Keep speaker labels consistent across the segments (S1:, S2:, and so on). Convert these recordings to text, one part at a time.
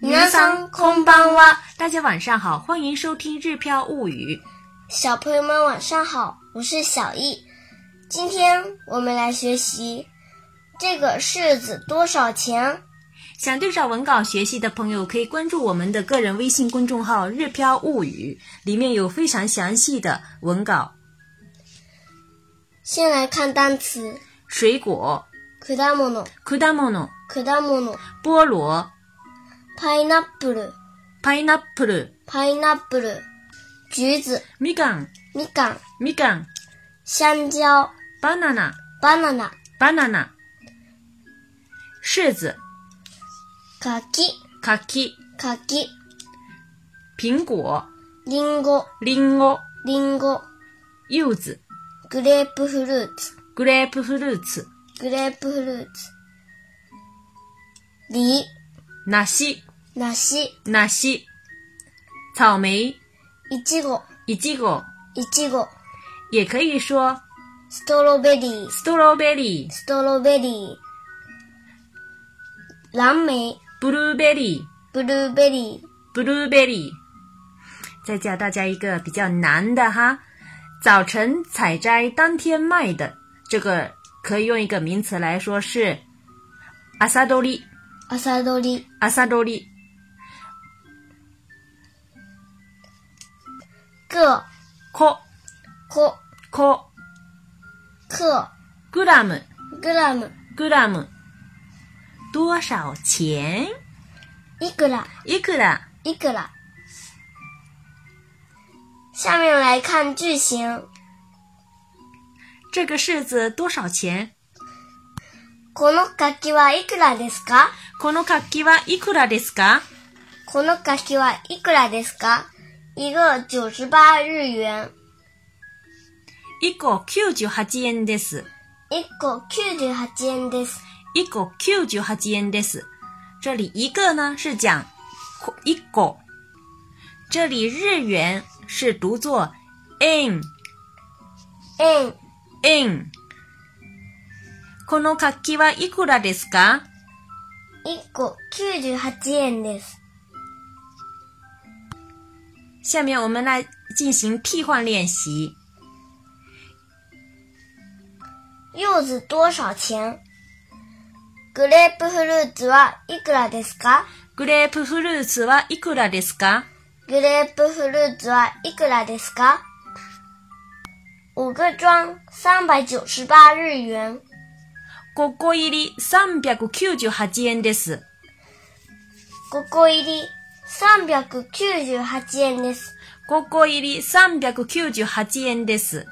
S1: 皆さんこんばんは。
S2: 大家晚上好，欢迎收听《日飘物语》。
S1: 小朋友们晚上好，我是小易。今天我们来学习这个柿子多少钱？
S2: 想对照文稿学习的朋友，可以关注我们的个人微信公众号“日飘物语”，里面有非常详细的文稿。
S1: 先来看单词：
S2: 水果、
S1: 果物、
S2: 果物、
S1: 果物、
S2: 菠萝、
S1: パイナップル、
S2: pineapple、
S1: パイナップル、橘子、
S2: みかん、
S1: みかん、
S2: みかん、
S1: 香蕉、
S2: banana、
S1: バナナ、
S2: banana、柿子、
S1: 柿、
S2: 柿、
S1: 柿、
S2: 苹果、
S1: リンゴ、
S2: リンゴ、
S1: リンゴ、
S2: 柚子、
S1: グレープフルーツ、
S2: グレープフルーツ、
S1: グレープフルーツ、梨、
S2: 梨、
S1: 梨、
S2: 梨、草莓、
S1: いちご、
S2: いちご，
S1: いちご、
S2: 也可以说
S1: ストロベリー、
S2: strawberry、
S1: ストロベリー、蓝莓、
S2: blueberry、
S1: ブルーベリ
S2: blueberry。再教大家一个比较难的哈，早晨采摘当天卖的，这个可以用一个名词来说是朝どり、
S1: ー、朝どり、
S2: 朝どり。
S1: 个、
S2: こ、
S1: こ、
S2: こ、
S1: 克、
S2: グラム、
S1: グラム、
S2: グラム。多少钱？啊
S1: いくら、
S2: いくら？
S1: いくら。下面来看句型。
S2: 这个柿子多少钱？
S1: この柿はいくらですか
S2: この柿はいくらですか？
S1: この柿はいくらですか一个九十八日元。
S2: 一個九十八円です。
S1: 一個九十八円です。
S2: 一個九十八円です。这里一个呢是讲一個，这里日元是读作 n
S1: 円、
S2: n。この楽器はいくらですか？
S1: 一個九十八円です。
S2: 下面我们来进行替换练习。
S1: 柚子多少钱グレープフルーツはいくらですか
S2: グレープフルーツはいくらですか？
S1: グレープフルーツはいくらですか五个装三百九十八日元。
S2: 5個入り三百九十八円です。
S1: 5個入り398円です。
S2: 5個入り398円です。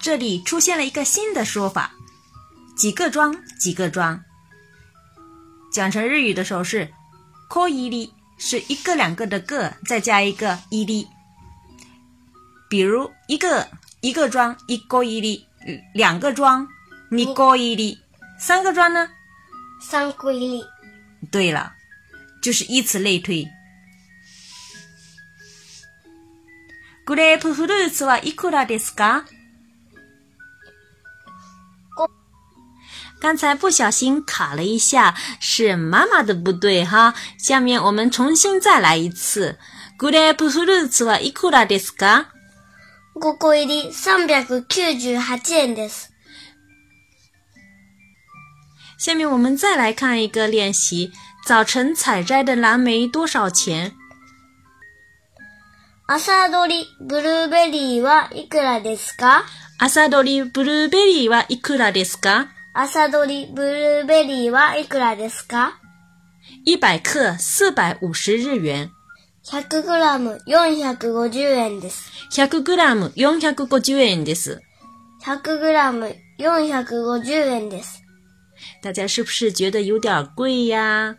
S2: 这里出现了一个新的说法，几个装几个装。讲成日语的时候是“こ一粒”，是一个两个的个，再加一个一粒。比如一个一个装一个一粒，两个装二个一粒，三个装呢？
S1: 3個入り。
S2: 对了，就是依此类推。グレープフルーツはいくらですか？刚才不小心卡了一下，是妈妈的不对哈。下面我们重新再来一次。グレープフルーツはいくらですか？
S1: 5個入り398円です。
S2: 下面我们再来看一个练习。早晨采摘的蓝莓多少钱？
S1: 朝どりブルーベリーはいくらですか
S2: 朝どりブルーベリーはいくらですか？
S1: 朝どりブルーベリーはいくらですか
S2: 一百克四百五十日元，
S1: ?100g450 円です。
S2: 百グラム四百五十円です。
S1: 100g450 円です。
S2: 大家是不是觉得有点贵呀？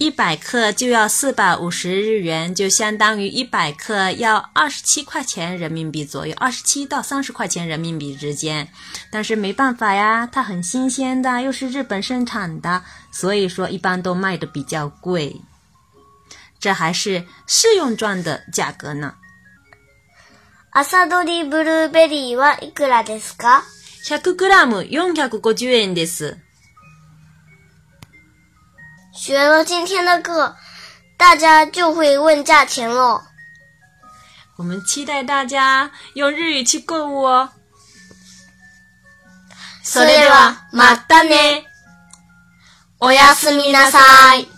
S2: 一百克就要四百五十日元，就相当于一百克要二十七块钱人民币左右，二十七到三十块钱人民币之间。但是没办法呀，它很新鲜的，又是日本生产的，所以说一般都卖的比较贵。这还是试用装的价格呢。
S1: 朝どりブルーベリーはいくらですか
S2: 100グラム450円です。
S1: 学了今天的课，大家就会问价钱了。
S2: 我们期待大家用日语去购物哦。
S1: それではまたね。おやすみなさい。